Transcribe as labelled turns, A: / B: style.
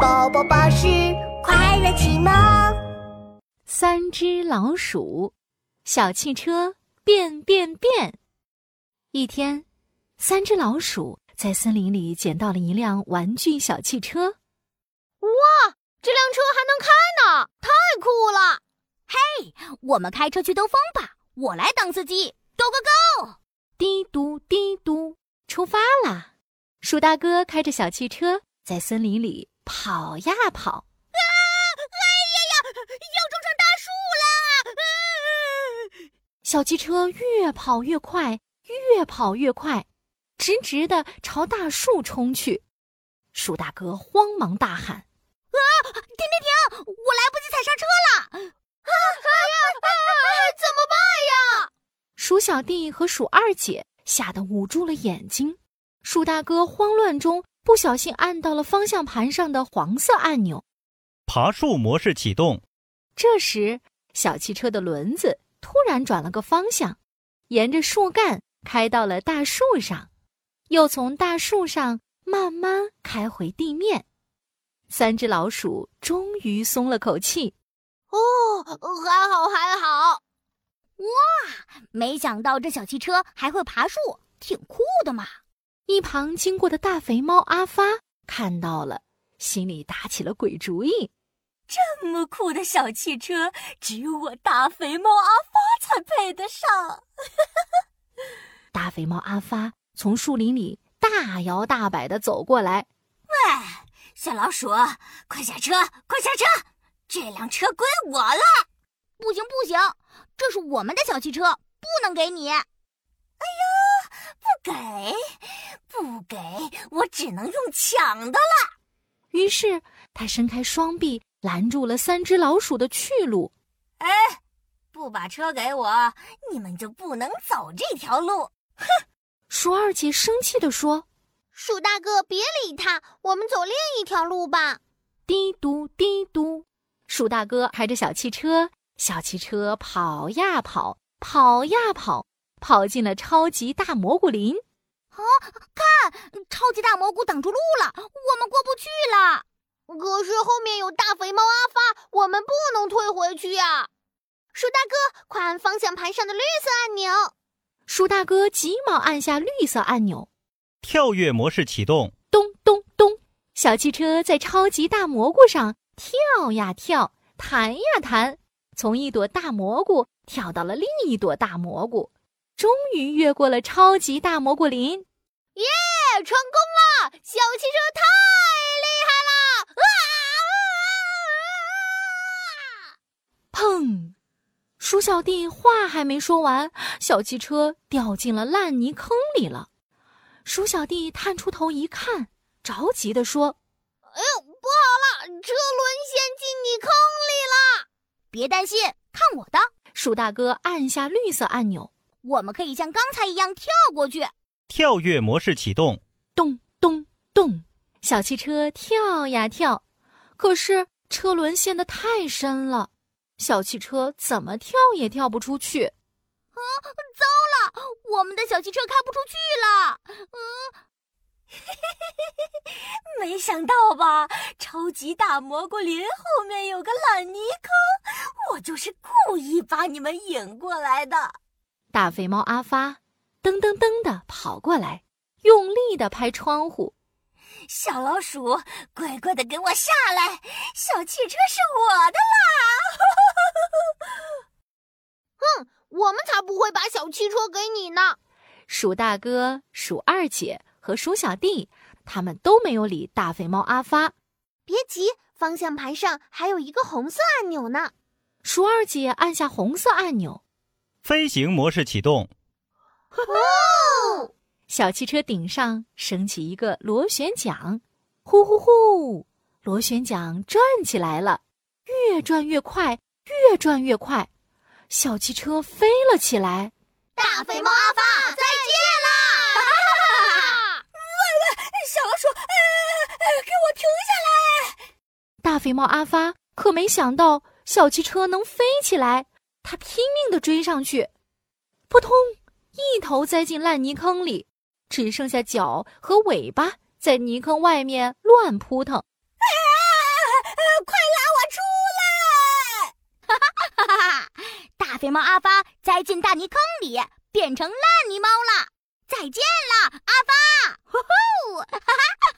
A: 宝宝巴士快乐启蒙。
B: 三只老鼠，小汽车变变变。一天，三只老鼠在森林里捡到了一辆玩具小汽车。
C: 哇，这辆车还能开呢，太酷了！
D: 嘿，我们开车去兜风吧，我来当司机，Go Go Go！
B: 嘀嘟嘀嘟，出发啦！鼠大哥开着小汽车在森林里跑呀跑。
D: 啊哎要撞上大树啦！啊
B: 小汽车越跑越快，越跑越快，直直的朝大树冲去。鼠大哥慌忙大喊
D: 啊停停停！我来不及踩刹车了！：“
B: 鼠小弟和鼠二姐吓得捂住了眼睛。”鼠大哥慌乱中不小心按到了方向盘上的黄色按钮。
E: 爬树模式启动，
B: 这时，小汽车的轮子突然转了个方向，沿着树干开到了大树上，又从大树上慢慢开回地面。三只老鼠终于松了口气。
C: 哦，还好还好。
D: 没想到这小汽车还会爬树，挺酷的嘛！
B: 一旁经过的大肥猫阿发看到了，心里打起了鬼主意。
D: 这么酷的小汽车，只有我大肥猫阿发才配得上。
B: 大肥猫阿发从树林里大摇大摆地走过来，
D: 小老鼠，快下车，快下车！这辆车归我了。
C: 不行不行，这是我们的小汽车，不能给你。
D: 哎不给，不给，我只能用抢的。
B: 于是他伸开双臂拦住了三只老鼠的去路。
D: 不把车给我，你们就不能走这条路。
B: 鼠二姐生气地说
C: 鼠大哥，别理他，我们走另一条路吧。：“
B: 嘀嘟嘀嘟。”鼠大哥开着小汽车，小汽车跑呀跑，跑呀跑，跑进了超级大蘑菇林。
D: 嗯超级大蘑菇挡住路了，我们过不去了。
C: 可是后面有大肥猫阿发，我们不能退回去呀、鼠大哥，快按方向盘上的绿色按钮。
D: 哎
B: 鼠大哥急忙按下绿色按钮，
E: 跳跃模式启动，
B: 咚咚咚，小汽车在超级大蘑菇上跳呀跳，弹呀弹，从一朵大蘑菇跳到了另一朵大蘑菇，终于越过了超级大蘑菇林。
C: 哎，成功了！小汽车太厉害了！啊！
D: 啊
B: 砰！鼠小弟话还没说完，小汽车掉进了烂泥坑里了。鼠小弟探出头一看，着急地说
C: 哎呦，不好了，车轮陷进泥坑里了！
D: 别担心，看我的，：“
B: 鼠大哥，按下绿色按钮，
D: 我们可以像刚才一样跳过去。
E: 跳跃模式启动，
B: 咚咚咚！”小汽车跳呀跳，可是车轮陷得太深了，小汽车怎么跳也跳不出去。
D: 我们的小汽车开不出去了。嗯， 没想到吧？超级大蘑菇林后面有个烂泥坑，我就是故意把你们引过来的。
B: 大肥猫阿发噔噔噔地跑过来，用力地拍窗户。
D: 小老鼠，乖乖的给我下来！小汽车是我的啦！
C: 我们才不会把小汽车给你呢！
B: 鼠大哥、鼠二姐和鼠小弟，他们都没有理大肥猫阿发。
C: 别急，方向盘上还有一个红色按钮呢。
B: 鼠二姐按下红色按钮，
E: 飞行模式启动，
B: 小汽车顶上升起一个螺旋桨，呼呼呼，螺旋桨转起来了，越转越快，越转越快，小汽车飞了起来。
C: 大肥猫阿发，再见啦！
D: 小老鼠，呃，呃给我停下！
B: 大肥猫阿发可没想到小汽车能飞起来，他拼命地追上去，扑通，一头栽进烂泥坑里，只剩下脚和尾巴在泥坑外面乱扑腾。
D: 啊！ 肥猫阿发栽进大泥坑里，变成烂泥猫了。再见了，阿发！呼呼，哈哈。